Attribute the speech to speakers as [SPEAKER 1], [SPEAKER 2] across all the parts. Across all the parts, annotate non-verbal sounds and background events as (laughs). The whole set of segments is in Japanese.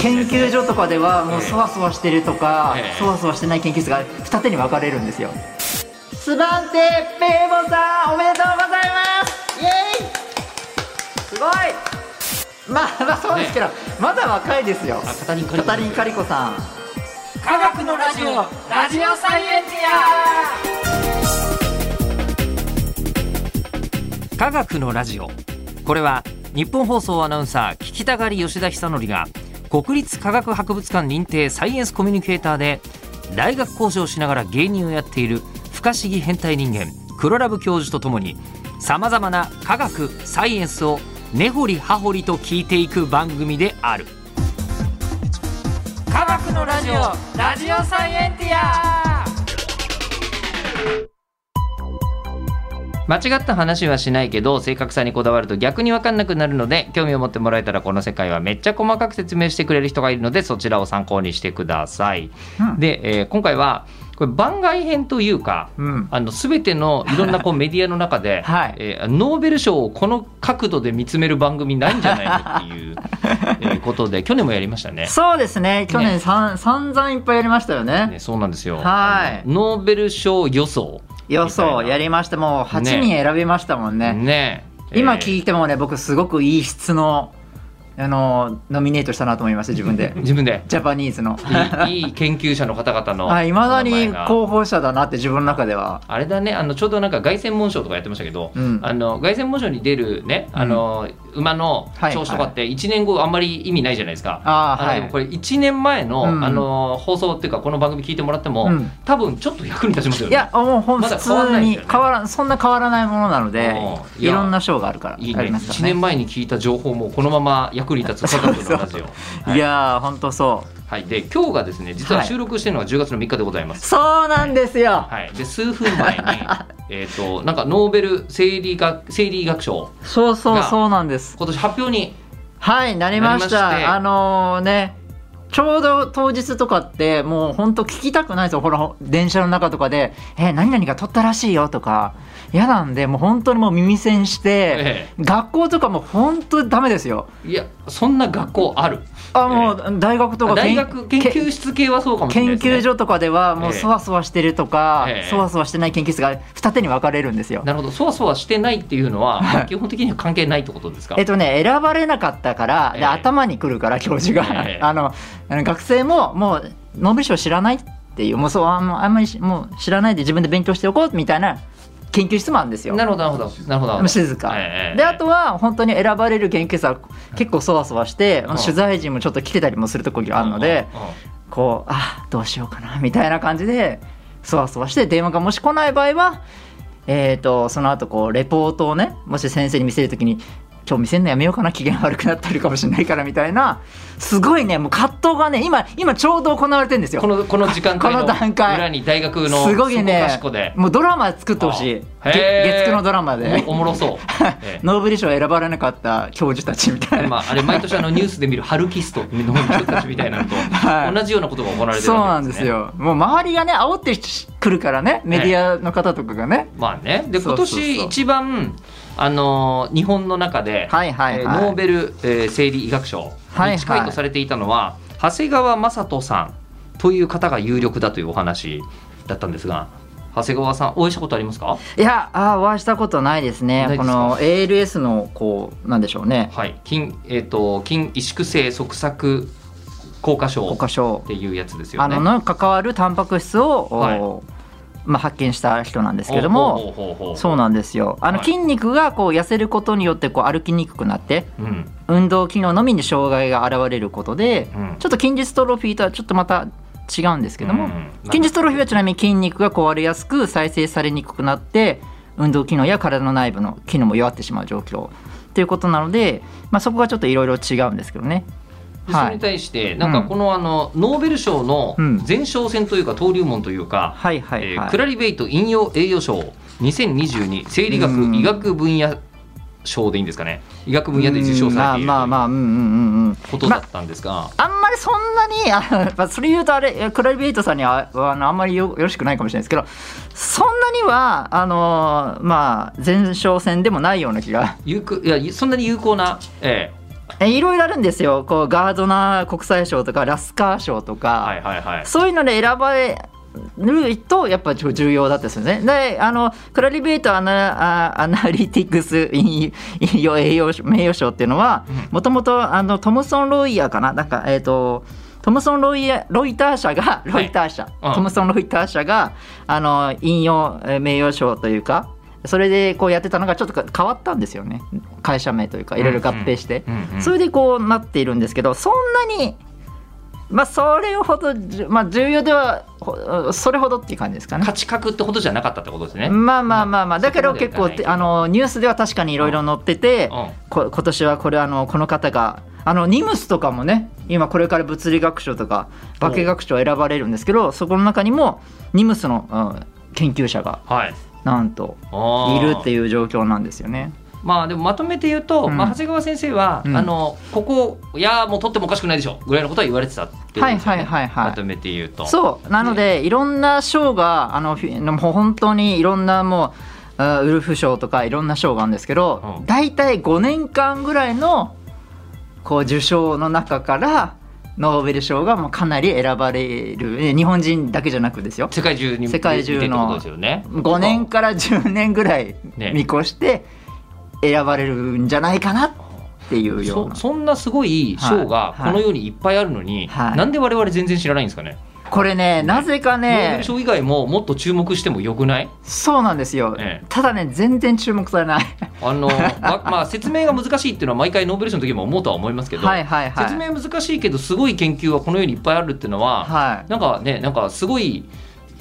[SPEAKER 1] 研究所とかではもうそわそわしてるとか、
[SPEAKER 2] ええ
[SPEAKER 1] そわそわしてない研究室が二手に分かれるんですよスバンテペーボさんおめでとうございますイエーイすごいまあまあそうですけど、まだ若いですよ
[SPEAKER 2] あカタリンカリ
[SPEAKER 1] カ
[SPEAKER 2] コ
[SPEAKER 1] タリンカリコさん
[SPEAKER 3] 科学のラジオラジオサイエンティ
[SPEAKER 2] 科学のラジオこれは日本放送アナウンサー聞きたがり吉田久典が国立科学博物館認定サイエンスコミュニケーターで大学講師をしながら芸人をやっている不可思議変態人間黒ラブ教授とともにさまざまな科学サイエンスを根掘り葉掘りと聞いていく番組である
[SPEAKER 3] ア科学のラジオラジオサイエンティア
[SPEAKER 2] 間違った話はしないけど正確さにこだわると逆に分かんなくなるので興味を持ってもらえたらこの世界はめっちゃ細かく説明してくれる人がいるのでそちらを参考にしてください。
[SPEAKER 1] うん
[SPEAKER 2] で、えー今回はこれ番外編というか、
[SPEAKER 1] うん
[SPEAKER 2] あの全てのいろんなこ
[SPEAKER 1] (laughs)
[SPEAKER 2] うメディアの中で、
[SPEAKER 1] はい
[SPEAKER 2] えーノーベル賞をこの角度で見つめる番組ないんじゃないのって
[SPEAKER 1] (laughs)
[SPEAKER 2] いう、えーことで去年もやりましたね。
[SPEAKER 1] そうですね去年さん、散々いっぱいやりましたよね
[SPEAKER 2] ねそうなんですよ
[SPEAKER 1] はい
[SPEAKER 2] あのノーベル賞予想
[SPEAKER 1] 予想や
[SPEAKER 2] り
[SPEAKER 1] りましたもう8人選びましたもんね
[SPEAKER 2] ね
[SPEAKER 1] 今
[SPEAKER 2] えー
[SPEAKER 1] 聞いてもね僕すごくいい質のあのノミネートしたなと思いました自分
[SPEAKER 2] (laughs)
[SPEAKER 1] で
[SPEAKER 2] 自分で
[SPEAKER 1] ジャパニーズの
[SPEAKER 2] いいいい研究者の方々の名前が。
[SPEAKER 1] はいまだに候補者だなって自分の中では
[SPEAKER 2] あれだねあのちょうどなんか凱旋門賞とかやってましたけど、
[SPEAKER 1] うん
[SPEAKER 2] あの凱旋門賞に出るねあの、馬の
[SPEAKER 1] はい
[SPEAKER 2] 調子とかって1年後あんまり意味ないじゃないですか。
[SPEAKER 1] ああ
[SPEAKER 2] の
[SPEAKER 1] はい
[SPEAKER 2] でもこれ1年前の,、
[SPEAKER 1] うん
[SPEAKER 2] あの放送っていうかこの番組聞いてもらっても、
[SPEAKER 1] うん
[SPEAKER 2] 多分ちょっと役に立ちますよ
[SPEAKER 1] い
[SPEAKER 2] ね。
[SPEAKER 1] やもうほん
[SPEAKER 2] まだ
[SPEAKER 1] 普
[SPEAKER 2] 変わん
[SPEAKER 1] 通
[SPEAKER 2] ないん
[SPEAKER 1] に
[SPEAKER 2] だよね
[SPEAKER 1] 変わらんそんな変わらないものなので
[SPEAKER 2] うんい
[SPEAKER 1] い
[SPEAKER 2] や
[SPEAKER 1] ろんな賞があるから
[SPEAKER 2] いい
[SPEAKER 1] あ
[SPEAKER 2] ね
[SPEAKER 1] りますか
[SPEAKER 2] 1
[SPEAKER 1] ら
[SPEAKER 2] 年
[SPEAKER 1] ね
[SPEAKER 2] 前に聞いた情報もこのまま役に立つ科学のラジオ。は
[SPEAKER 1] い
[SPEAKER 2] い
[SPEAKER 1] やーほんとそう
[SPEAKER 2] はい、で今日がですね実は収録してるのが10月の3日でございます。
[SPEAKER 1] そうなんですよ
[SPEAKER 2] はい、で数分
[SPEAKER 1] (laughs)
[SPEAKER 2] 前にえっとなんかノーベル生理学生理学賞
[SPEAKER 1] そうそう
[SPEAKER 2] が
[SPEAKER 1] そうなんです
[SPEAKER 2] 今年発表に
[SPEAKER 1] はいなりました
[SPEAKER 2] なりまして
[SPEAKER 1] あのねちょうど当日とかってもう本当聞きたくないですよほら電車の中とかで「え何々が撮ったらしいよ」とか嫌なんでもう本当にもう耳栓して、
[SPEAKER 2] え
[SPEAKER 1] 学校とかも本当ダメですよ
[SPEAKER 2] いやそんな学校ある
[SPEAKER 1] あもう大学とか
[SPEAKER 2] 大
[SPEAKER 1] 研
[SPEAKER 2] 学研究室系はそうかもしれ
[SPEAKER 1] 研
[SPEAKER 2] ないです、ね、
[SPEAKER 1] 究所とかではもう
[SPEAKER 2] ええ
[SPEAKER 1] そわそわしてるとか、
[SPEAKER 2] ええ
[SPEAKER 1] そわそわしてない研究室が二手に分かれるんですよ
[SPEAKER 2] なるほどそわそわしてないっていうのは、
[SPEAKER 1] はい
[SPEAKER 2] 基本的には関係ないってことですか
[SPEAKER 1] えっとね選ばれなかったから、で
[SPEAKER 2] ええ
[SPEAKER 1] 頭に来るから教授が、
[SPEAKER 2] ええ
[SPEAKER 1] (laughs) あのあの学生ももうノーベル賞知らないっていうもうそうあんまあんまりしもう知らないで自分で勉強しておこうみたいな研究室もあるんですよ
[SPEAKER 2] なるほどなるほどなるほど
[SPEAKER 1] でも静か、
[SPEAKER 2] ええ
[SPEAKER 1] であとは本当に選ばれる研究者は結構そわそわして、あの
[SPEAKER 2] うん
[SPEAKER 1] 取材陣もちょっと来てたりもするとこがあるので、
[SPEAKER 2] うんうんうん
[SPEAKER 1] こうあどうしようかなみたいな感じでそわそわして電話がもし来ない場合は、えー、とその後こうレポートをねもし先生に見せるときに今日見せるのやめようかな機嫌悪くなってるかもしれないからみたいなすごいねもう葛藤がね今今ちょうど行われてるんですよ
[SPEAKER 2] このこの時間帯の
[SPEAKER 1] この段階
[SPEAKER 2] 裏に大学の
[SPEAKER 1] すごい
[SPEAKER 2] そこか
[SPEAKER 1] ね
[SPEAKER 2] しこで
[SPEAKER 1] もうドラマ作ってほしい
[SPEAKER 2] あへー
[SPEAKER 1] げ月9のドラマで
[SPEAKER 2] おおもろ
[SPEAKER 1] (laughs)
[SPEAKER 2] そう、ええ
[SPEAKER 1] ノーベル賞選ばれなかった教授たちみたいな、
[SPEAKER 2] まあ、あれ毎年あのニュースで見るハルキストの人たちみたいなのと、
[SPEAKER 1] (laughs) はい
[SPEAKER 2] 同じようなことが行われてるわけです、
[SPEAKER 1] そ
[SPEAKER 2] ね、
[SPEAKER 1] うなんですよもう周りがね煽ってくるからねメディアの方とかがね、
[SPEAKER 2] まあね、で
[SPEAKER 1] そう
[SPEAKER 2] 今
[SPEAKER 1] そうそう
[SPEAKER 2] 年一番あのー日本の中で、
[SPEAKER 1] はいはいはい
[SPEAKER 2] えーノーベル、えー生理医学賞
[SPEAKER 1] はいは
[SPEAKER 2] に
[SPEAKER 1] い
[SPEAKER 2] 近いとされていたのは、長谷川雅人さんという方が有力だというお話だったんですが長谷川さんお会いしたことありますか
[SPEAKER 1] いやあーお会いしたことないですね
[SPEAKER 2] ないで
[SPEAKER 1] こ
[SPEAKER 2] すか
[SPEAKER 1] の ALS のこうなんでしょうね
[SPEAKER 2] はい筋,、えー、と筋萎縮性側索硬化症
[SPEAKER 1] 国
[SPEAKER 2] っ
[SPEAKER 1] 家賞、
[SPEAKER 2] ていうやつですよ
[SPEAKER 1] あ
[SPEAKER 2] ね。
[SPEAKER 1] のの関わるタンパク質を、お
[SPEAKER 2] はい
[SPEAKER 1] まあ、発見した人なんですけど
[SPEAKER 2] ほ
[SPEAKER 1] も
[SPEAKER 2] うほうほうほう
[SPEAKER 1] そうなんですよあの、
[SPEAKER 2] はい
[SPEAKER 1] 筋肉がこう痩せることによってこう歩きにくくなって
[SPEAKER 2] うん
[SPEAKER 1] 運動機能のみに障害が現れることで、
[SPEAKER 2] うん
[SPEAKER 1] ちょっと筋ジストロフィーとはちょっとまた違うんですけども、
[SPEAKER 2] うん
[SPEAKER 1] 筋ジストロフィーはちなみに筋肉が壊れやすく再生されにくくなって運動機能や体の内部の機能も弱ってしまう状況ということなので、まあ、そこがちょっといろいろ違うんですけどね。
[SPEAKER 2] で
[SPEAKER 1] はい
[SPEAKER 2] それに対してなんかこのあのノーベル賞の
[SPEAKER 1] うん
[SPEAKER 2] 前哨戦というか登竜門というか、
[SPEAKER 1] はいはい
[SPEAKER 2] え
[SPEAKER 1] は
[SPEAKER 2] ー
[SPEAKER 1] い、
[SPEAKER 2] クラリベイト引用栄誉賞2022生理学、
[SPEAKER 1] うん
[SPEAKER 2] 医学分野賞でいいんですかね医学分野で受賞されている
[SPEAKER 1] まあまあまあうんうんうんうん
[SPEAKER 2] ということだったんですが、
[SPEAKER 1] あんまりそんなにあ (laughs) まあそれ言うとあれクラリベイトさんにはああのあんまりよよろしくないかもしれないですけどそんなにはあのまあ前哨戦でもないような気が
[SPEAKER 2] 有効いやそんなに有効な、ええ
[SPEAKER 1] えいろいろあるんですよこうガードナー国際賞とかラスカー賞とか、
[SPEAKER 4] はいはいはい。
[SPEAKER 1] そういうので選ばれるとやっぱ重要だったですよね。であのクラリベートアナあアナリティクス (laughs) 引用栄養名誉賞っていうのはもともとトムソン・ロイヤーかななんかえっ、とトムソンロイヤー・ロイター社がロイター社、
[SPEAKER 2] うん
[SPEAKER 1] トムソン・ロイター社があの引用えー名誉賞というかそれでこうやってたのがちょっとか変わったんですよね会社名というかいろいろ合併して。
[SPEAKER 2] うんうん
[SPEAKER 1] それでこうなっているんですけどそんなにまあそれほどじゅ、まあ、重要ではほそれほどっていう感じですかね
[SPEAKER 2] 価。値格ってことじゃなかったってことですね。うん
[SPEAKER 1] まあまあまあまあだけど
[SPEAKER 2] そこまでい
[SPEAKER 1] 結
[SPEAKER 2] かな
[SPEAKER 1] 構
[SPEAKER 2] いけど
[SPEAKER 1] あのニュースでは確かにいろいろ載っててこ今年はこれあのこの方があのニムスとかもね今これから物理学賞とか化学賞選ばれるんですけどそこの中にもニムスの、うん研究者が
[SPEAKER 2] はい。
[SPEAKER 1] なんとい
[SPEAKER 2] い
[SPEAKER 1] るっていう状況なんですよね。
[SPEAKER 2] まあでもまとめて言うと、
[SPEAKER 1] うん
[SPEAKER 2] まあ、長谷川先生は、
[SPEAKER 1] うん
[SPEAKER 2] あのここいやーもう取ってもおかしくないでしょぐらいのことは言われてたってことですよね
[SPEAKER 1] はいはいはいはい
[SPEAKER 2] まとめて言うと
[SPEAKER 1] そうなので、いろんな賞があのフィもう本当にいろんなもうあウルフ賞とかいろんな賞があるんですけど、
[SPEAKER 2] うん
[SPEAKER 1] 大体5年間ぐらいのこう受賞の中からノーベル賞がもうかなり選ばれるえ日本人だけじゃなくですよ
[SPEAKER 2] 世界中に
[SPEAKER 1] 世界中の
[SPEAKER 2] 見てってことですよね
[SPEAKER 1] 5年から10年ぐらい
[SPEAKER 2] ね
[SPEAKER 1] 見越して選ばれるんじゃないかなっていうよう
[SPEAKER 2] そ
[SPEAKER 1] な
[SPEAKER 2] そんなすごい賞が
[SPEAKER 1] はい
[SPEAKER 2] この世にいっぱいあるのに、
[SPEAKER 1] はい
[SPEAKER 2] なんで我々全然知らないんですかね、
[SPEAKER 1] これねなぜか
[SPEAKER 2] ノーベ
[SPEAKER 1] ね
[SPEAKER 2] ル賞以外ももっと注目してもよくない
[SPEAKER 1] そうなんですよ、
[SPEAKER 2] ええ
[SPEAKER 1] ただね全然注目されない (laughs)
[SPEAKER 2] あのままあ説明が難しいっていうのは毎回ノーベル賞の時も思うとは思いますけど、
[SPEAKER 1] はいはいはい
[SPEAKER 2] 説明難しいけどすごい研究はこの世にいっぱいあるっていうのは、
[SPEAKER 1] はい
[SPEAKER 2] なんかね、なんかすごい、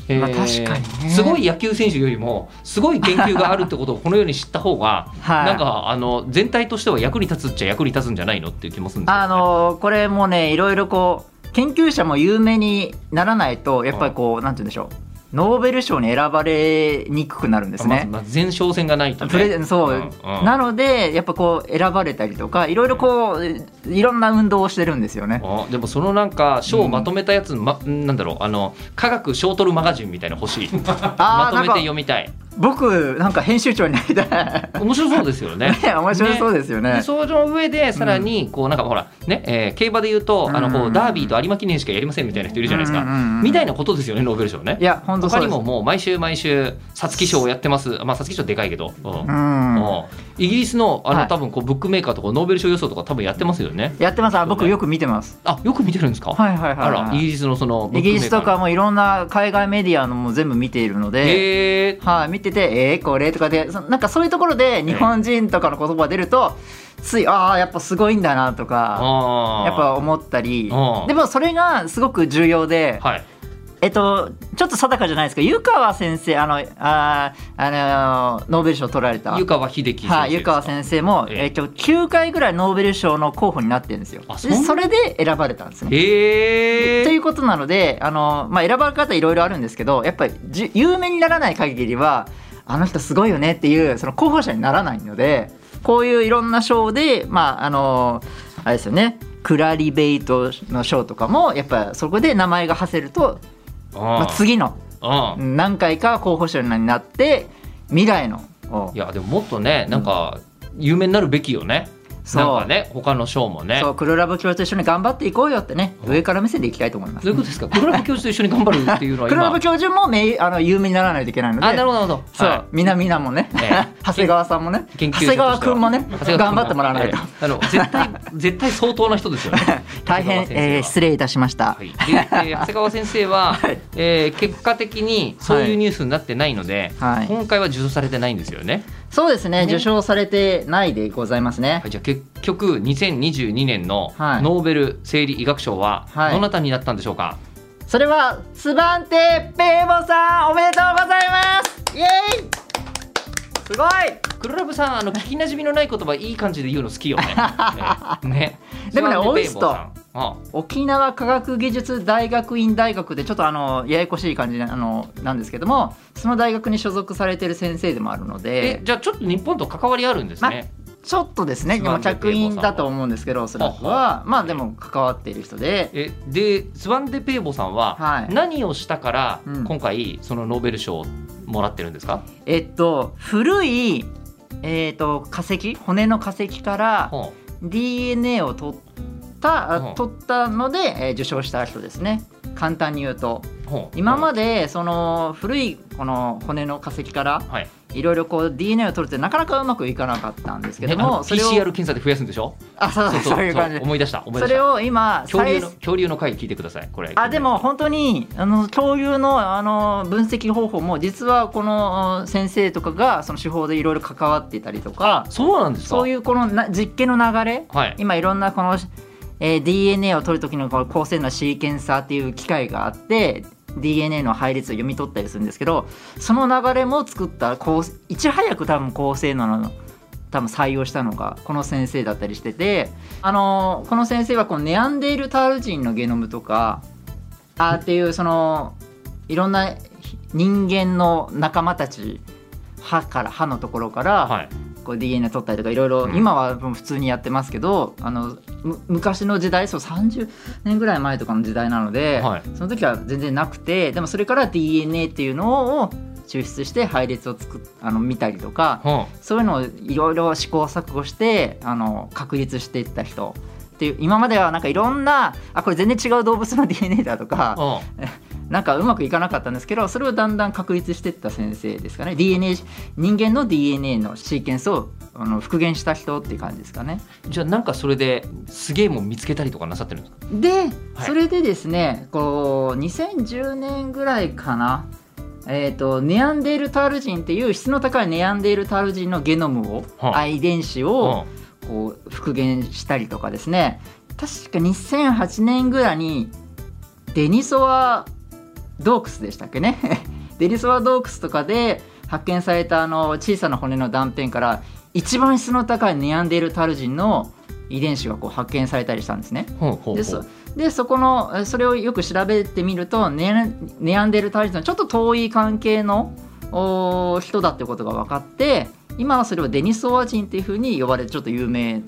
[SPEAKER 2] え
[SPEAKER 1] まあ確かにね
[SPEAKER 2] すごい野球選手よりも、すごい研究があるってことをこのように知った方が、
[SPEAKER 1] はい
[SPEAKER 2] なんかあの全体としては役に立つっちゃ役に立つんじゃないのっていう気もするんですよね
[SPEAKER 1] あのーこれもねいろいろこう研究者も有名にならないとやっぱりこう、なんて言うんでしょうノーベル賞に選ばれにくくなるんですね。
[SPEAKER 2] まずまず前哨戦がないと、ね、
[SPEAKER 1] プレゼンそう、
[SPEAKER 2] うんうん
[SPEAKER 1] なのでやっぱこう選ばれたりとかいろいろこういろんな運動をしてるんですよね。
[SPEAKER 2] あでもそのなんか賞をまとめたやつ、ま、なんだろうあの科学賞取るマガジンみたいなの欲しいま
[SPEAKER 1] (laughs) あー
[SPEAKER 2] とめて
[SPEAKER 1] なん
[SPEAKER 2] 読
[SPEAKER 1] か
[SPEAKER 2] みたい
[SPEAKER 1] 僕なんか編集長になりたい。
[SPEAKER 2] 面白そうですよね
[SPEAKER 1] (laughs) ね面白そうですよね
[SPEAKER 2] でその上でさらにこうなんかほらね、えー競馬で言うとあの
[SPEAKER 1] うんうん
[SPEAKER 2] こ
[SPEAKER 1] う
[SPEAKER 2] うんダービーと有馬記念しかやりませんみたいな人いるじゃないです
[SPEAKER 1] うんうんうんう
[SPEAKER 2] か
[SPEAKER 1] ん
[SPEAKER 2] みたいなことですよねノーベル賞ね
[SPEAKER 1] いや本当そ
[SPEAKER 2] 他
[SPEAKER 1] う
[SPEAKER 2] に
[SPEAKER 1] です。
[SPEAKER 2] ももう毎週毎週皐月賞をやってますまあ皐月賞でかいけど、うん
[SPEAKER 1] うん
[SPEAKER 2] うんイギリスのあの、
[SPEAKER 1] はい
[SPEAKER 2] 多分こうブックメーカーとかノーベル賞予想とか多分やってますよね
[SPEAKER 1] やってます。あ僕よく見てます。
[SPEAKER 2] あよく見てるんですか、
[SPEAKER 1] はいはいはい、はい。
[SPEAKER 2] あらイギリスのそのブッ
[SPEAKER 1] イ
[SPEAKER 2] クメ
[SPEAKER 1] ギ
[SPEAKER 2] ーカー
[SPEAKER 1] リスとかもいろんな海外メディアのも全部見ているので。
[SPEAKER 2] へえ
[SPEAKER 1] はい、見てて、えー、これとかで、そなんかそういうところで日本人とかの言葉が出ると、つい、ああ、やっぱすごいんだなとか、
[SPEAKER 2] あ
[SPEAKER 1] やっぱ思ったり
[SPEAKER 2] うん、
[SPEAKER 1] でもそれがすごく重要で、
[SPEAKER 2] ぱはい
[SPEAKER 1] えっと、ちょっと定かじゃないですけど、湯川先生、あの、あーあのーノーベル賞取られた、
[SPEAKER 2] 湯川秀樹先生
[SPEAKER 1] はい、湯川先生も、
[SPEAKER 2] ええ
[SPEAKER 1] えっと、9回ぐらいノーベル賞の候補になってるんですよ。
[SPEAKER 2] あ
[SPEAKER 1] で
[SPEAKER 2] そんな
[SPEAKER 1] それで選ばれたんですね。
[SPEAKER 2] へえ
[SPEAKER 1] ということなのであの、まあ、選ばれ方いろいろあるんですけどやっぱりじ有名にならない限りはあの人すごいよねっていうその候補者にならないのでこういういろんな賞でまああのあれですよねクラリベイトの賞とかもやっぱそこで名前が馳せると、まあ、次の
[SPEAKER 2] うん
[SPEAKER 1] うん何回か候補者になって未来のお
[SPEAKER 2] いやでももっとねなんか有名になるべきよね、
[SPEAKER 1] そう
[SPEAKER 2] なんかね他の賞もね
[SPEAKER 1] そう黒ラブ教授と一緒に頑張っていこうよってね上から目線でいきたいと思います
[SPEAKER 2] どういうことですか黒ラブ教授と一緒に頑張るっていうの
[SPEAKER 1] (laughs)
[SPEAKER 2] は
[SPEAKER 1] 黒ラブ
[SPEAKER 2] 今
[SPEAKER 1] 教授も名あの有名にならないといけないので
[SPEAKER 2] あなるほどなるほど
[SPEAKER 1] そう、
[SPEAKER 2] は
[SPEAKER 1] みなみなもね、
[SPEAKER 2] ええ
[SPEAKER 1] (laughs) 長谷川さんもね、
[SPEAKER 2] い
[SPEAKER 1] 長
[SPEAKER 2] 研究者として
[SPEAKER 1] 谷川くんもね
[SPEAKER 2] 長、谷
[SPEAKER 1] 頑
[SPEAKER 2] 川君も
[SPEAKER 1] 張ってもらわないと。
[SPEAKER 2] ええあの絶対 (laughs) 絶対相当な人ですよね
[SPEAKER 1] (laughs) 大変、えー失
[SPEAKER 2] 礼
[SPEAKER 1] 礼いたしました。
[SPEAKER 2] はい、で、えー長谷川先
[SPEAKER 1] (laughs)
[SPEAKER 2] 生は、えー結果的にそういうニュースになってないので、
[SPEAKER 1] はい
[SPEAKER 2] 今回は受賞されてないんですよね、
[SPEAKER 1] そうですね、受賞されてないでございますね
[SPEAKER 2] は。い、じゃあ結局2022年の
[SPEAKER 1] はい
[SPEAKER 2] ノーベル生理医学賞は
[SPEAKER 1] はい
[SPEAKER 2] どなたになったんでしょうか、
[SPEAKER 1] それは、スバンテペーボさん、おめでとうございます。イエーイ。すごい。
[SPEAKER 2] 黒ラブさんあの聞きなじみのない言葉いい感じで言うの好き
[SPEAKER 1] (laughs)
[SPEAKER 2] よね。ねね
[SPEAKER 1] でもね
[SPEAKER 2] スワンデペイボーさん
[SPEAKER 1] オイ
[SPEAKER 2] あ
[SPEAKER 1] 沖縄科学技術大学院大学でちょっとあのややこしい感じなあのなんですけどもその大学に所属されてる先生でもあるの
[SPEAKER 2] え
[SPEAKER 1] で
[SPEAKER 2] じゃあちょっと日本と関わりあるんですね。
[SPEAKER 1] ちょっとですね
[SPEAKER 2] ス
[SPEAKER 1] で
[SPEAKER 2] バ
[SPEAKER 1] も
[SPEAKER 2] ンテペ
[SPEAKER 1] 着
[SPEAKER 2] ーボ
[SPEAKER 1] 員
[SPEAKER 2] さんは
[SPEAKER 1] だと思うんですけどおそらく
[SPEAKER 2] は
[SPEAKER 1] はまあでも関わっている人で
[SPEAKER 2] えでスワンデペイボーさん
[SPEAKER 1] は
[SPEAKER 2] はい何をしたから
[SPEAKER 1] うん
[SPEAKER 2] 今回そのノーベル賞をもらってるんですか、
[SPEAKER 1] えっと古い、えー、と化石骨の化石から
[SPEAKER 2] ほう
[SPEAKER 1] DNA を取った、
[SPEAKER 2] うん
[SPEAKER 1] あ取ったので、えー受賞した人ですね簡単に言うと
[SPEAKER 2] ほう
[SPEAKER 1] 今までその古いこの骨の化石から
[SPEAKER 2] はい、
[SPEAKER 1] いろいろこう DNA を取るってなかなかうまくいかなかったんですけ
[SPEAKER 2] ね
[SPEAKER 1] ど
[SPEAKER 2] あ
[SPEAKER 1] も、
[SPEAKER 2] の
[SPEAKER 1] それを
[SPEAKER 2] PCR 検査で増やすんでしょ
[SPEAKER 1] あそうそうそういう感じで
[SPEAKER 2] 思い出した思い
[SPEAKER 1] そ
[SPEAKER 2] 出
[SPEAKER 1] れ
[SPEAKER 2] した
[SPEAKER 1] を今
[SPEAKER 2] 恐竜
[SPEAKER 1] 再
[SPEAKER 2] の恐竜の回聞いてくださいこれ
[SPEAKER 1] あでも本当にあの恐竜のあの分析方法も実はこの先生とかがその手法でいろいろ関わっていたりとか
[SPEAKER 2] そうなんですか
[SPEAKER 1] そう
[SPEAKER 2] う
[SPEAKER 1] いうこのな実験の流れ
[SPEAKER 2] はい
[SPEAKER 1] 今いろんなこの、えー DNA を取る時のこの高性能シーケンサーっていう機械があって DNA の配列を読み取ったりするんですけどその流れも作った高いち早く多分高性能の多分採用したのがこの先生だったりしてて、あのーこの先生はこのネアンデールタール人のゲノムとかあーっていうそのいろんな人間の仲間たち歯から歯のところから、
[SPEAKER 2] はい
[SPEAKER 1] こう DNA 取ったりとかいろいろ
[SPEAKER 2] うん
[SPEAKER 1] 今はもう普通にやってますけどあのむ昔の時代そう30年ぐらい前とかの時代なので、
[SPEAKER 2] はい
[SPEAKER 1] その時は全然なくてでもそれから DNA っていうのを抽出して配列を作っあの見たりとか
[SPEAKER 2] は
[SPEAKER 1] そういうのをいろいろ試行錯誤してあの確立していった人っていう今まではなんかいろんなあこれ全然違う動物の DNA だとか、
[SPEAKER 2] あ
[SPEAKER 1] なんかうまくいかなかったんですけどそれをだんだん確立していった先生ですかね DNA 人間の DNA のシーケンスをあの復元した人っていう感じですかね
[SPEAKER 2] うんじゃあなんかそれですげえもん見つけたりとかなさってるんですか
[SPEAKER 1] で、
[SPEAKER 2] はい
[SPEAKER 1] それでですねこう2010年ぐらいかなえー、とネアンデールタール人っていう質の高いネアンデールタール人のゲノムを、
[SPEAKER 2] はあ
[SPEAKER 1] 遺伝子をこう復元したりとかですね確か2008年ぐらいにデニソワ洞窟でしたっけね (laughs) デニソワ洞窟とかで発見されたあの小さな骨の断片から一番質の高いネアンデールタル人の遺伝子がこう発見されたりしたんですね。
[SPEAKER 2] ほうほうほう
[SPEAKER 1] でそでそこのえそれをよく調べてみるとネアネアンデルタール人のちょっと遠い関係のおー人だってことが分かって今はそれをデニソワ人っていうふうに呼ばれてちょっと有名ん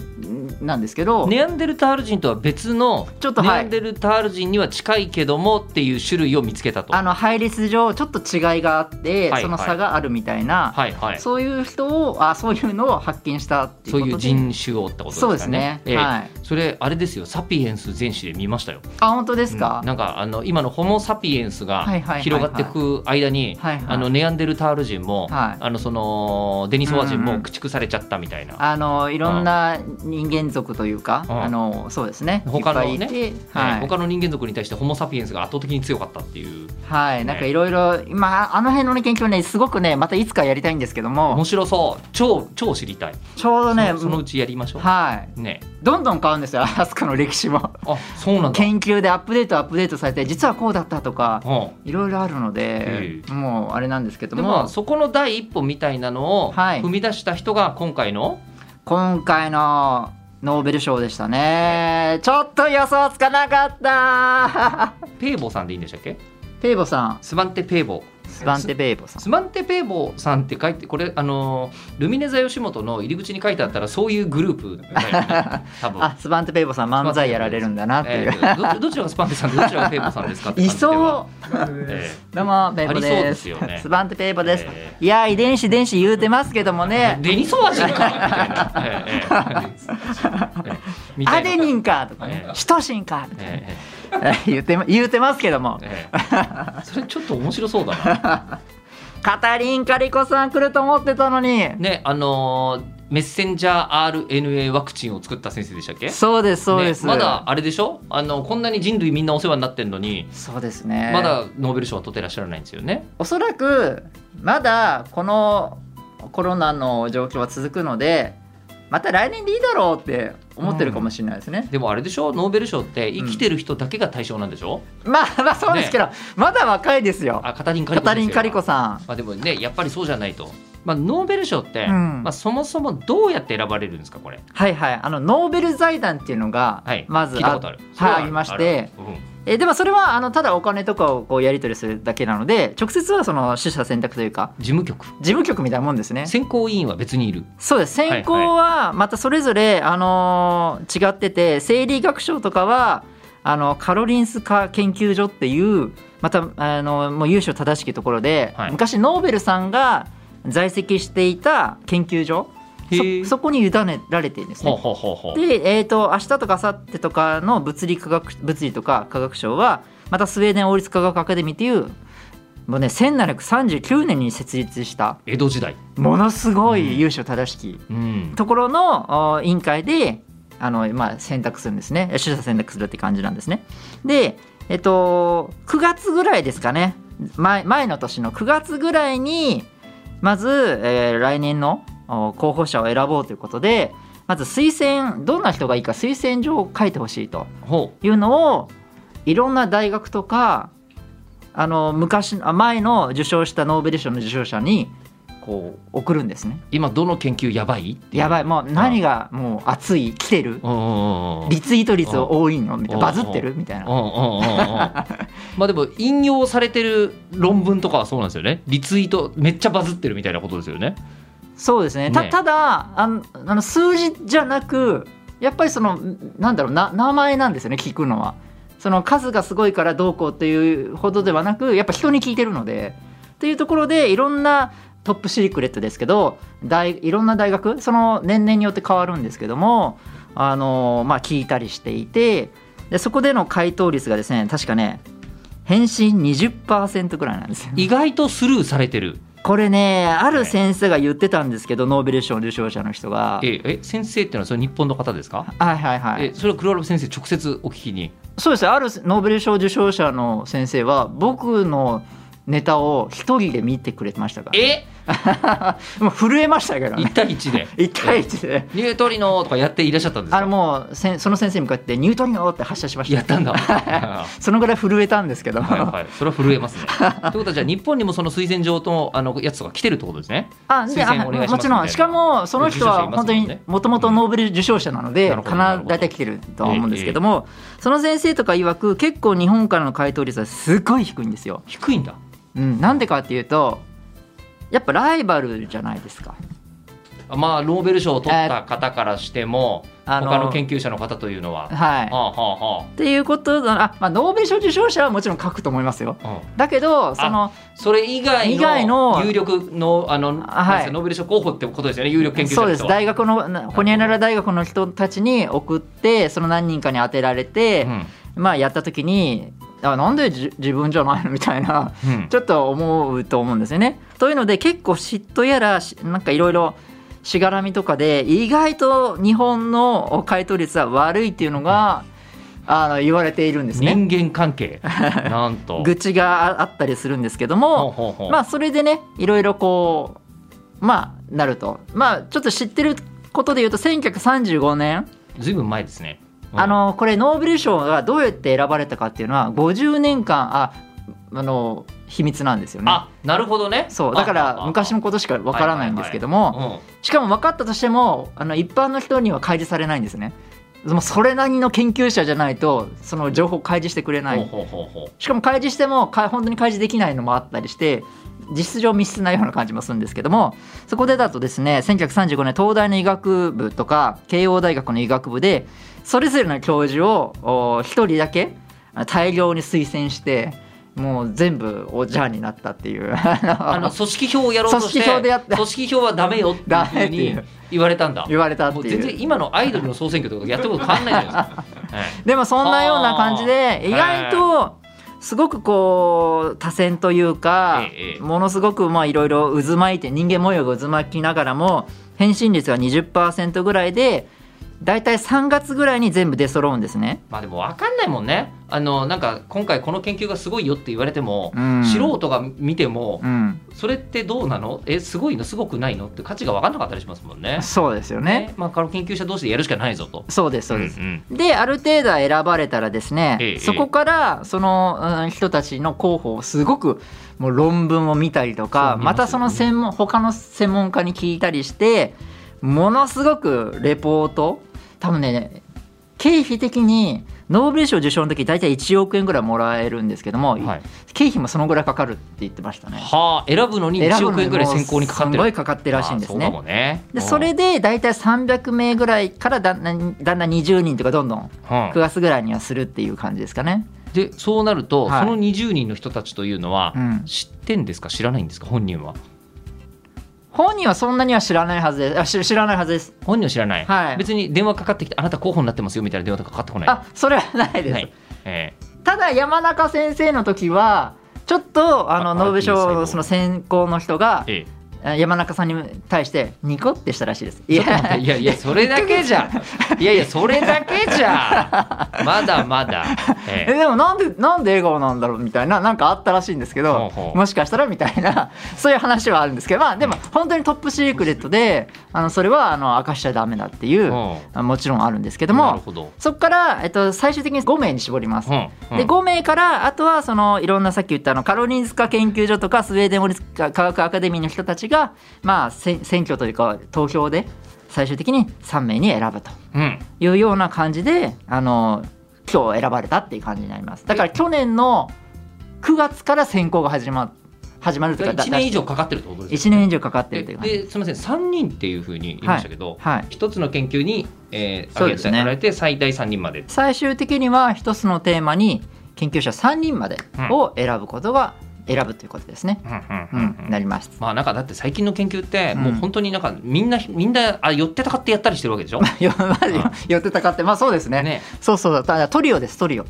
[SPEAKER 1] なんですけど、
[SPEAKER 2] ネアンデルタール人とは別の
[SPEAKER 1] ちょっと
[SPEAKER 2] ネ
[SPEAKER 1] は
[SPEAKER 2] ア
[SPEAKER 1] い
[SPEAKER 2] ンデルタール人には近いけどもっていう種類を見つけたと
[SPEAKER 1] あ
[SPEAKER 2] は
[SPEAKER 1] の配列上ちょっと違いがあって、
[SPEAKER 2] はい
[SPEAKER 1] その差があるみたいな、
[SPEAKER 2] いはい
[SPEAKER 1] そういう人をあそういうのを発見したっていう
[SPEAKER 2] そう
[SPEAKER 1] ことで
[SPEAKER 2] いう人種をってことですかね
[SPEAKER 1] そうですね、
[SPEAKER 2] ええ
[SPEAKER 1] はい
[SPEAKER 2] それあれですよサピエンス全史で見ましたよ
[SPEAKER 1] あ本当ですか
[SPEAKER 2] うん、なんかあの今のホモ・サピエンスが
[SPEAKER 1] はいはいはいはい
[SPEAKER 2] 広がっていく間に
[SPEAKER 1] はいはい
[SPEAKER 2] あのネアンデルタール人も、
[SPEAKER 1] はい
[SPEAKER 2] あのそのデニソワ人も
[SPEAKER 1] うんうん
[SPEAKER 2] 駆逐されちゃったみたいな、
[SPEAKER 1] あのいろんな人間族というか、
[SPEAKER 2] うん
[SPEAKER 1] あのそうですね
[SPEAKER 2] 他のね
[SPEAKER 1] いっぱいいて、
[SPEAKER 2] はい他の人間族に対してホモ・サピエンスが圧倒的に強かったっていう
[SPEAKER 1] はい、なんかいろいろ、まあ、あの辺の、ね、研究ね、すごくね、またいつかやりたいんですけども、
[SPEAKER 2] 面白そう超超知りたい
[SPEAKER 1] ちょうどね、
[SPEAKER 2] そそのうちやりましょう、
[SPEAKER 1] はい、
[SPEAKER 2] ね
[SPEAKER 1] どんどん変わるんですよ、 (laughs) アスカの歴史も。
[SPEAKER 2] あそうなんだ、
[SPEAKER 1] 研究でアップデート、アップデートされて、実はこうだったとか、
[SPEAKER 2] うん
[SPEAKER 1] いろいろあるので
[SPEAKER 2] え、
[SPEAKER 1] もうあれなんですけど
[SPEAKER 2] でまあ
[SPEAKER 1] も、
[SPEAKER 2] そこの第一歩みたいなのを
[SPEAKER 1] はい
[SPEAKER 2] 踏み出した人が今回の、
[SPEAKER 1] 今回のノーベル賞でしたね、ちょっと予想つかなか
[SPEAKER 2] (laughs)
[SPEAKER 1] った、
[SPEAKER 2] ペーボさんでいいんでしたっけ
[SPEAKER 1] ペイボさん、
[SPEAKER 2] スバンテ・ペーボ
[SPEAKER 1] スバンテ・ペイボさん。
[SPEAKER 2] スマンテペーボーさんって書いてこれあのールミネ座吉本の入り口に書いてあったらそういうグループだよね多分
[SPEAKER 1] あ、スバンテ・ペイボさん、漫才やられるんだなってい
[SPEAKER 2] え
[SPEAKER 1] う。
[SPEAKER 2] ーどどちらがスパンテさんでどちらがペーボーさんですかって
[SPEAKER 1] い
[SPEAKER 2] 感じでは
[SPEAKER 1] そう
[SPEAKER 2] え
[SPEAKER 1] どうも、ペイボです。
[SPEAKER 2] ありそうですよね
[SPEAKER 1] スバンテペイボです。
[SPEAKER 2] え
[SPEAKER 1] いやー、遺伝子、遺伝子言うてますけども
[SPEAKER 2] ー
[SPEAKER 1] ね、
[SPEAKER 2] デニソワ人かみたいな、えーえーえーみた
[SPEAKER 1] ア
[SPEAKER 2] いな
[SPEAKER 1] デニンかとか
[SPEAKER 2] え
[SPEAKER 1] ね
[SPEAKER 2] え、
[SPEAKER 1] シトシンかみたいな
[SPEAKER 2] えーえ
[SPEAKER 1] (laughs) 言ってま、言うてますけども
[SPEAKER 2] ー、えーそれちょっと面白そうだな
[SPEAKER 1] カタリン・カリコさん来ると思ってたのに、
[SPEAKER 2] ねあのーメッセンジャー RNA ワクチンを作った先生でしたっけ
[SPEAKER 1] そうです、そうです。
[SPEAKER 2] ねまだあれでしょあのこんなに人類みんなお世話になってるのに
[SPEAKER 1] そうですね。
[SPEAKER 2] まだノーベル賞は取ってらっしゃらないんですよね。
[SPEAKER 1] おそらく、まだこのコロナの状況は続くので、また来年でいいだろうって思ってるかもしれないですね。
[SPEAKER 2] でもあれでしょノーベル賞って生きてる人だけが対象なんでしょ、
[SPEAKER 1] まあまあそうですけど、まだ若いですよ。
[SPEAKER 2] あカタリン・カ
[SPEAKER 1] カ
[SPEAKER 2] リコ先生
[SPEAKER 1] タリン・カリコさ
[SPEAKER 2] まあ、でもねやっぱりそうじゃないと、まあ、ノーベル賞って、
[SPEAKER 1] うん
[SPEAKER 2] まあ、そもそもどうやって選ばれるんですかこれ、
[SPEAKER 1] ん。はいはい。あの、ノーベル財団っていうのが
[SPEAKER 2] はい、、
[SPEAKER 1] まず
[SPEAKER 2] 聞いたことあるそれ
[SPEAKER 1] はい
[SPEAKER 2] は
[SPEAKER 1] ありまして
[SPEAKER 2] あるうん
[SPEAKER 1] えーでもそれはあのただお金とかをこうやり取りするだけなので直接はその取捨選択というか
[SPEAKER 2] 事務局
[SPEAKER 1] 事務局みたいなもんですね
[SPEAKER 2] 選考委員は別にいる
[SPEAKER 1] そうです選考はまたそれぞれ、あのー違ってて生理学賞とかはあのカロリンス科研究所っていうまた、あのもう優秀正しきところで、
[SPEAKER 2] はい
[SPEAKER 1] 昔ノーベルさんが在籍していた研究所
[SPEAKER 2] へえ
[SPEAKER 1] そそこに委ねられてるんですね
[SPEAKER 2] ほう。ほうほうほう
[SPEAKER 1] で、えー、と明日とか明後日とかの物理科学物理とか科学賞はまたスウェーデン王立科学アカデミーというもうね1739年に設立した
[SPEAKER 2] 江戸時代
[SPEAKER 1] ものすごい優秀正しき
[SPEAKER 2] うん
[SPEAKER 1] ところのお委員会であの、まあ、選択するんですね取捨選択するって感じなんですねでえっと9月ぐらいですかね前前の年の9月ぐらいにまず、えー来年のお候補者を選ぼうということでまず推薦どんな人がいいか推薦状を書いてほしいと
[SPEAKER 2] ほ
[SPEAKER 1] いうのをいろんな大学とかあの昔あ前の受賞したノーベル賞の受賞者にこう送るんですね
[SPEAKER 2] う。今どの研究やばいっていう
[SPEAKER 1] やばいもう何がもう熱い来てる
[SPEAKER 2] うんうんうんうん
[SPEAKER 1] リツイート率多いのみたいな
[SPEAKER 2] う
[SPEAKER 1] バ
[SPEAKER 2] ん
[SPEAKER 1] ズってるみたい
[SPEAKER 2] うん
[SPEAKER 1] な
[SPEAKER 2] うんうんうんまあでも引用されてる論文とかはそうなんですよねリツイートめっちゃバズってるみたいなことですよね
[SPEAKER 1] そうですねた
[SPEAKER 2] ね
[SPEAKER 1] ただあのあの数字じゃなくやっぱりそのなんだろうな名前なんですよね聞くのはその数がすごいからどうこうっていうほどではなくやっぱ人に聞いてるのでっていうところでいろんなトップシークレットですけど大いろんな大学その年々によって変わるんですけどもあの、まあ、聞いたりしていてでそこでの回答率がですね確かね返信20%ぐらいなんですよ
[SPEAKER 2] 意外とスルーされてる
[SPEAKER 1] これねある先生が言ってたんですけどノーベル賞受賞者の人が
[SPEAKER 2] ええ先生っていうのはそれ日本の方ですか
[SPEAKER 1] はいはいはい
[SPEAKER 2] えそれは黒ラブ先生直接お聞きに
[SPEAKER 1] そうですよあるノーベル賞受賞者の先生は僕のネタを一人で見てくれましたから
[SPEAKER 2] え
[SPEAKER 1] (laughs) もう震えましたけど
[SPEAKER 2] 一
[SPEAKER 1] ね
[SPEAKER 2] 対
[SPEAKER 1] (laughs)
[SPEAKER 2] 一で
[SPEAKER 1] 一対一で
[SPEAKER 2] ニュートリノとかやっていらっしゃったんですか
[SPEAKER 1] あのもうせんその先生に向かって「ニュートリノ!」って発射しました
[SPEAKER 2] やったんだ
[SPEAKER 1] (laughs)
[SPEAKER 2] は
[SPEAKER 1] そのぐらい震えたんですけど、
[SPEAKER 2] いはいそれは震
[SPEAKER 1] (laughs)
[SPEAKER 2] えますねということはじゃあ日本にもその推薦状とあのやつとか来てるってことですね
[SPEAKER 1] あで
[SPEAKER 2] 推薦
[SPEAKER 1] あ
[SPEAKER 2] お願いします
[SPEAKER 1] もちろんしかもその人は本当
[SPEAKER 2] 受賞者いますもんね
[SPEAKER 1] にもともとノーベル受賞者なの
[SPEAKER 2] うん
[SPEAKER 1] で、
[SPEAKER 2] なるほど
[SPEAKER 1] か
[SPEAKER 2] な
[SPEAKER 1] な
[SPEAKER 2] るほど
[SPEAKER 1] 大体来てるとは思うんですけども、その先生とか曰く結構日本からの回答率はすごい低いんですよ。
[SPEAKER 2] 低いんだ
[SPEAKER 1] うん、なんでかっていうとやっぱライバルじゃないですか。
[SPEAKER 2] まあノーベル賞を取った方からしても、
[SPEAKER 1] あの
[SPEAKER 2] 他の研究者の方というのは、
[SPEAKER 1] はい、
[SPEAKER 2] はあは
[SPEAKER 1] っていうことだあ、まあ、ノーベル賞受賞者はもちろん書くと思いますよ。
[SPEAKER 2] あはあうん
[SPEAKER 1] だけどその
[SPEAKER 2] それ以外の
[SPEAKER 1] 以外の
[SPEAKER 2] 有力のあの、
[SPEAKER 1] あはい
[SPEAKER 2] なんですかノーベル賞候補ってことですよね有力研究者
[SPEAKER 1] そう
[SPEAKER 2] の
[SPEAKER 1] で
[SPEAKER 2] 人
[SPEAKER 1] す
[SPEAKER 2] は
[SPEAKER 1] 大学のなほにゃらら大学の人たちに送ってその何人かに当てられて、まあ、やった時にあなんでじ自分じゃないのみたいな。
[SPEAKER 2] うんうん
[SPEAKER 1] ちょっと思うと思うんですよね。というので結構嫉妬やらしなんかいろいろしがらみとかで意外と日本の回答率は悪いっていうのが、あの言われているんですね。
[SPEAKER 2] 人間関
[SPEAKER 1] (laughs)
[SPEAKER 2] 係なんと
[SPEAKER 1] 愚痴がああったりするんですけど
[SPEAKER 2] ほう
[SPEAKER 1] も、
[SPEAKER 2] ほうほう
[SPEAKER 1] まあそれでねいろいろこうまあなるとまあちょっと知ってることで言うと1935年、
[SPEAKER 2] ずいぶん前ですね、うん
[SPEAKER 1] あのこれノーベル賞がどうやって選ばれたかっていうのは50年間ああの秘密なんですよね。
[SPEAKER 2] あなるほどね
[SPEAKER 1] そうだか
[SPEAKER 2] ああ
[SPEAKER 1] ら
[SPEAKER 2] あ
[SPEAKER 1] 昔のことしかわからないんですけど
[SPEAKER 2] う
[SPEAKER 1] も
[SPEAKER 2] ん
[SPEAKER 1] しかも分かったとしてもあの一般の人には開示されないんですねもうそれなりの研究者じゃないとその情報を開示してくれな
[SPEAKER 2] ほう
[SPEAKER 1] い
[SPEAKER 2] ほうほうほう
[SPEAKER 1] しかも開示してもか本当に開示できないのもあったりして実質上密室なような感じもするんですけどもそこでだとですね1935年東大の医学部とか慶応大学の医学部でそれぞれの教授をお一人だけあ大量に推薦してもう全部おじゃあになったっていうあ
[SPEAKER 2] あの組織票をやろうとして
[SPEAKER 1] 組織票でやった
[SPEAKER 2] 組織票はダメよっていうふう
[SPEAKER 1] ダメってい
[SPEAKER 2] に
[SPEAKER 1] う
[SPEAKER 2] 言われたんだ
[SPEAKER 1] 言われたって
[SPEAKER 2] もう
[SPEAKER 1] い
[SPEAKER 2] 全
[SPEAKER 1] う
[SPEAKER 2] 然今のアイドルの総選挙とかやったこと変わんないじゃないですか、 (laughs) はい
[SPEAKER 1] でもそんなような感じで
[SPEAKER 2] あー
[SPEAKER 1] 意外とすごくこう多選というか
[SPEAKER 2] ええ
[SPEAKER 1] ものすごくまあいろいろ渦巻いて人間模様が渦巻きながらも返信率が20%ぐらいでだいたい3月ぐらいに全部出揃うんですね。
[SPEAKER 2] まあでも分かんないもんねあのなんか今回この研究がすごいよって言われても、
[SPEAKER 1] うん
[SPEAKER 2] 素人が見ても
[SPEAKER 1] うん、
[SPEAKER 2] それってどうなのえすごいのすごくないのって価値が分かんなかったりしますもんね。
[SPEAKER 1] そうですよね。
[SPEAKER 2] ねまあ、科学研究者同士でやるしかないぞと。
[SPEAKER 1] そうですそうです。
[SPEAKER 2] んん
[SPEAKER 1] である程度選ばれたらですね、
[SPEAKER 2] ええ
[SPEAKER 1] そこからその、うん人たちの候補をすごくもう論文を見たりとか
[SPEAKER 2] そう見ま
[SPEAKER 1] ます
[SPEAKER 2] よ
[SPEAKER 1] た
[SPEAKER 2] ね
[SPEAKER 1] その専門他の専門家に聞いたりしてものすごくレポート多分ね経費的にノーベル賞受賞の時大体1億円ぐらいもらえるんですけども、
[SPEAKER 2] はい
[SPEAKER 1] 経費もそのぐらいかかるって言ってましたね。
[SPEAKER 2] はあ選ぶのに1億円ぐらい選考にかかって
[SPEAKER 1] すご
[SPEAKER 2] る
[SPEAKER 1] いかかってるらしいんです
[SPEAKER 2] ああそうか
[SPEAKER 1] ね。
[SPEAKER 2] もね。
[SPEAKER 1] でそれで大体300名ぐらいからだんだんだんだん20人とかどんどん
[SPEAKER 2] うん、
[SPEAKER 1] 9月ぐらいにはするっていう感じですかね。
[SPEAKER 2] でそうなると、
[SPEAKER 1] はい
[SPEAKER 2] その20人の人たちというのは、
[SPEAKER 1] うん
[SPEAKER 2] 知ってんですか知らないんですか本人は。
[SPEAKER 1] 本人はそんなには知らないはずですあし知らないはずです
[SPEAKER 2] 本人は知らない、
[SPEAKER 1] はい
[SPEAKER 2] 別に電話かかってきてあなた候補になってますよみたいな電話とかかかってこない
[SPEAKER 1] あそれはないです、
[SPEAKER 2] ない、え
[SPEAKER 1] ただ山中先生の時はちょっとあ
[SPEAKER 2] あ
[SPEAKER 1] のノーベル
[SPEAKER 2] あいい
[SPEAKER 1] 賞
[SPEAKER 2] ですね
[SPEAKER 1] その選考の人が
[SPEAKER 2] ーえ
[SPEAKER 1] 山中さんに対してニコってしたらしいですい
[SPEAKER 2] えちょっと待っていやいやそれだけじゃいやいやそれだけじゃまだまだ、え
[SPEAKER 1] (laughs) えでもなんでなんで笑顔なんだろうみたいななんかあったらしいんですけ
[SPEAKER 2] ほう
[SPEAKER 1] ど
[SPEAKER 2] ほう
[SPEAKER 1] もしかしたらみたいな (laughs) そういう話はあるんですけどまあでも本当にトップシークレットであのそれはあの明かしちゃダメだってい
[SPEAKER 2] え
[SPEAKER 1] う
[SPEAKER 2] うん
[SPEAKER 1] あもちろんあるんですけど
[SPEAKER 2] なる
[SPEAKER 1] も
[SPEAKER 2] ほど、
[SPEAKER 1] そこから、えっと、最終的に5名に絞ります。
[SPEAKER 2] うんうん
[SPEAKER 1] で5名からあとはそのいろんなさっき言ったあのカロリンスカ研究所とかスウェーデン王立科学アカデミーの人たちが、まあ、せ選挙というか投票で最終的に3名に選ぶと
[SPEAKER 2] うん
[SPEAKER 1] いうような感じであの今日選ばれたっていう感じになりますだから去年の9月から選考が始ま始まるというか
[SPEAKER 2] 1年以上かかってるってことです
[SPEAKER 1] 1年以上かかってるという感じ
[SPEAKER 2] でですみません3人っていうふうに言いましたけど、
[SPEAKER 1] はい
[SPEAKER 2] 一つの研究に、えー、
[SPEAKER 1] そう
[SPEAKER 2] 挙
[SPEAKER 1] で
[SPEAKER 2] げ
[SPEAKER 1] すね
[SPEAKER 2] てられて最大3人まで
[SPEAKER 1] 最終的には一つのテーマに研究者3人までを選ぶことが、選ぶということですね、
[SPEAKER 2] うんうん
[SPEAKER 1] う
[SPEAKER 2] うん
[SPEAKER 1] ん、
[SPEAKER 2] うん
[SPEAKER 1] なります (laughs)
[SPEAKER 2] まあなんかだって最近の研究って
[SPEAKER 1] うん
[SPEAKER 2] もう本当になんかみんな、みんなあ寄ってたかってやったりしてるわ
[SPEAKER 1] (laughs)
[SPEAKER 2] けでしょ
[SPEAKER 1] よまあよ
[SPEAKER 2] うん
[SPEAKER 1] 寄ってたかってまあそうですね
[SPEAKER 2] ね
[SPEAKER 1] そうそうただトリオですトリオ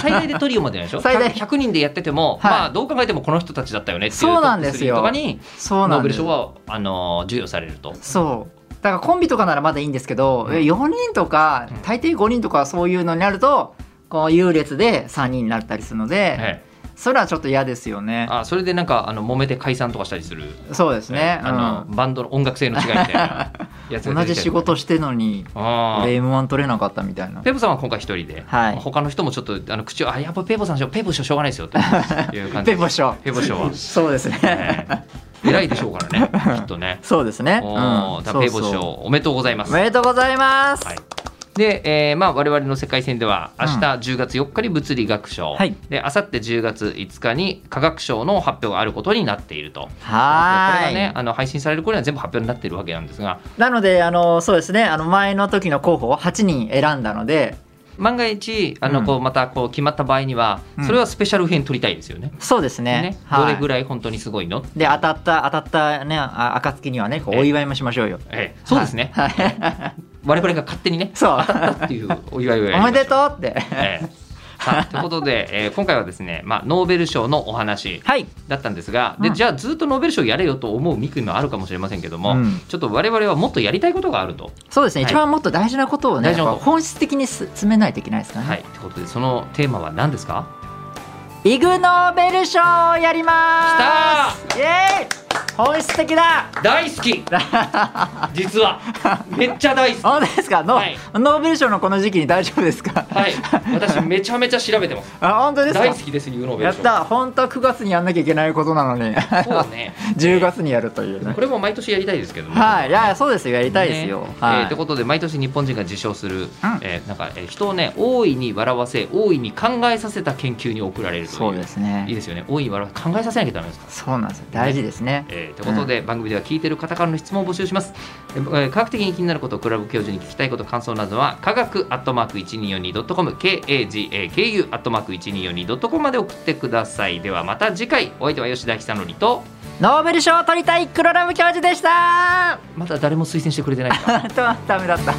[SPEAKER 2] 最大でトリオまでなんでしょ
[SPEAKER 1] 最大
[SPEAKER 2] 100人でやってても、
[SPEAKER 1] はい
[SPEAKER 2] まあどう考えてもこの人たちだったよねっていう
[SPEAKER 1] そうなんですよ
[SPEAKER 2] トップ3とかに
[SPEAKER 1] そう
[SPEAKER 2] ノ
[SPEAKER 1] な
[SPEAKER 2] ー
[SPEAKER 1] ん
[SPEAKER 2] ベ
[SPEAKER 1] で
[SPEAKER 2] ル
[SPEAKER 1] す
[SPEAKER 2] 賞はあの授与されると
[SPEAKER 1] そうだからコンビとかならまだいいんですけど、
[SPEAKER 2] うん
[SPEAKER 1] 4人とか
[SPEAKER 2] うん
[SPEAKER 1] 大抵5人とかそういうのになるとこう優劣で3人になったりするので、
[SPEAKER 2] ええ
[SPEAKER 1] それはちょっと嫌ですよね
[SPEAKER 2] あそれでなんかあの揉めて解散とかしたりする、
[SPEAKER 1] そうです
[SPEAKER 2] え
[SPEAKER 1] ね
[SPEAKER 2] え、あのバンドの音楽性の違いみたいなやつ
[SPEAKER 1] う
[SPEAKER 2] が
[SPEAKER 1] ん、(laughs) 同
[SPEAKER 2] 出てきたり
[SPEAKER 1] じ仕事してのに
[SPEAKER 2] ああ
[SPEAKER 1] 俺 m 1取れなかったみたいな
[SPEAKER 2] ペボさんは今回一人で、
[SPEAKER 1] はい
[SPEAKER 2] 他の人もちょっとあの口をあやっぱペボさんしょペボしょしょうがないですよという感
[SPEAKER 1] (laughs)
[SPEAKER 2] じ
[SPEAKER 1] ペボショ
[SPEAKER 2] ペボしょは、
[SPEAKER 1] そうですね
[SPEAKER 2] ええ偉いでしょうからねきっとね
[SPEAKER 1] そうですね、う
[SPEAKER 2] おお、
[SPEAKER 1] ん
[SPEAKER 2] だペ
[SPEAKER 1] そ
[SPEAKER 2] ボ
[SPEAKER 1] う
[SPEAKER 2] 賞
[SPEAKER 1] そう
[SPEAKER 2] おめでとうございます。
[SPEAKER 1] おめでとうございます、
[SPEAKER 2] はいで、えーまあ我々の世界戦では明日
[SPEAKER 1] うん
[SPEAKER 2] 10月4日に物理学賞、
[SPEAKER 1] はい
[SPEAKER 2] で明後日10月5日に科学賞の発表があることになっていると。
[SPEAKER 1] はーい
[SPEAKER 2] これがねあの配信される頃には全部発表になっているわけなんですが、
[SPEAKER 1] なのであのそうですねあの前の時の候補を8人選んだので
[SPEAKER 2] 万が一あ
[SPEAKER 1] う
[SPEAKER 2] の
[SPEAKER 1] ん
[SPEAKER 2] こうまたこう決まった場合には、
[SPEAKER 1] うん
[SPEAKER 2] それはスペシャル編取りたいですよね。
[SPEAKER 1] そうですね
[SPEAKER 2] ね
[SPEAKER 1] はい、
[SPEAKER 2] どれぐらい本当にすごいの？
[SPEAKER 1] で当たった当たったねあ暁にはねこう
[SPEAKER 2] ええ
[SPEAKER 1] お祝いもしましょうよ
[SPEAKER 2] ええそうですね。
[SPEAKER 1] はいはい
[SPEAKER 2] 我々が勝手にね
[SPEAKER 1] そう
[SPEAKER 2] っていうお祝いをやり
[SPEAKER 1] お
[SPEAKER 2] ましょ
[SPEAKER 1] めでとうって
[SPEAKER 2] ええさあということで、えー今回はですね、まあ、ノーベル賞のお話
[SPEAKER 1] はい
[SPEAKER 2] だったんですが、で
[SPEAKER 1] うん
[SPEAKER 2] じゃあずっとノーベル賞やれよと思うミクもあるかもしれませんけども、
[SPEAKER 1] うん
[SPEAKER 2] ちょっと我々はもっとやりたいことがあると。
[SPEAKER 1] そうですね、
[SPEAKER 2] はい
[SPEAKER 1] 一番もっと大事なことをね
[SPEAKER 2] 大事なこ
[SPEAKER 1] や
[SPEAKER 2] と
[SPEAKER 1] っぱ本質的にす詰めないといけないですからね、
[SPEAKER 2] はい、ということでそのテーマは何ですか
[SPEAKER 1] イグ・ノーベル賞をやりますきたイエーイ本質的だ
[SPEAKER 2] 大好
[SPEAKER 1] (laughs)
[SPEAKER 2] き実はめっちゃ大好き
[SPEAKER 1] 本当ですかノ,、
[SPEAKER 2] はい
[SPEAKER 1] ノーベル賞のこの時期に大丈夫ですか
[SPEAKER 2] はい私めちゃめちゃ調べてます
[SPEAKER 1] あ本当ですか
[SPEAKER 2] 大好きですユーノーベ
[SPEAKER 1] や
[SPEAKER 2] ル
[SPEAKER 1] っ
[SPEAKER 2] 賞
[SPEAKER 1] た本当は9月にやんなきゃいけないことなのに (laughs)
[SPEAKER 2] そうね
[SPEAKER 1] 10月にやるというね
[SPEAKER 2] これも毎年やりたいですけども
[SPEAKER 1] はいいやそうですよやりたいですよ、
[SPEAKER 2] ね
[SPEAKER 1] はい、
[SPEAKER 2] えーということで毎年日本人が受賞する、えーなんか、えー人をね大いに笑わせ大いに考えさせた研究に贈られるという
[SPEAKER 1] そうですね
[SPEAKER 2] いいですよね大いに笑わせ考えさせなきゃダメですから。
[SPEAKER 1] そうなんですよ大事ですね
[SPEAKER 2] えーということで、番組では聞いてる方からの質問を募集します、えーえー科学的に気になることクラブ教授に聞きたいこと感想などは科学アットマーク 1242.com KAGAKU アットマーク 1242.com まで送ってくださいではまた次回お相手は吉田久典と
[SPEAKER 1] ノーベル賞を取りたい黒ラブ教授でした (laughs)
[SPEAKER 2] まだ誰も推薦してくれてないですか
[SPEAKER 1] ダメだった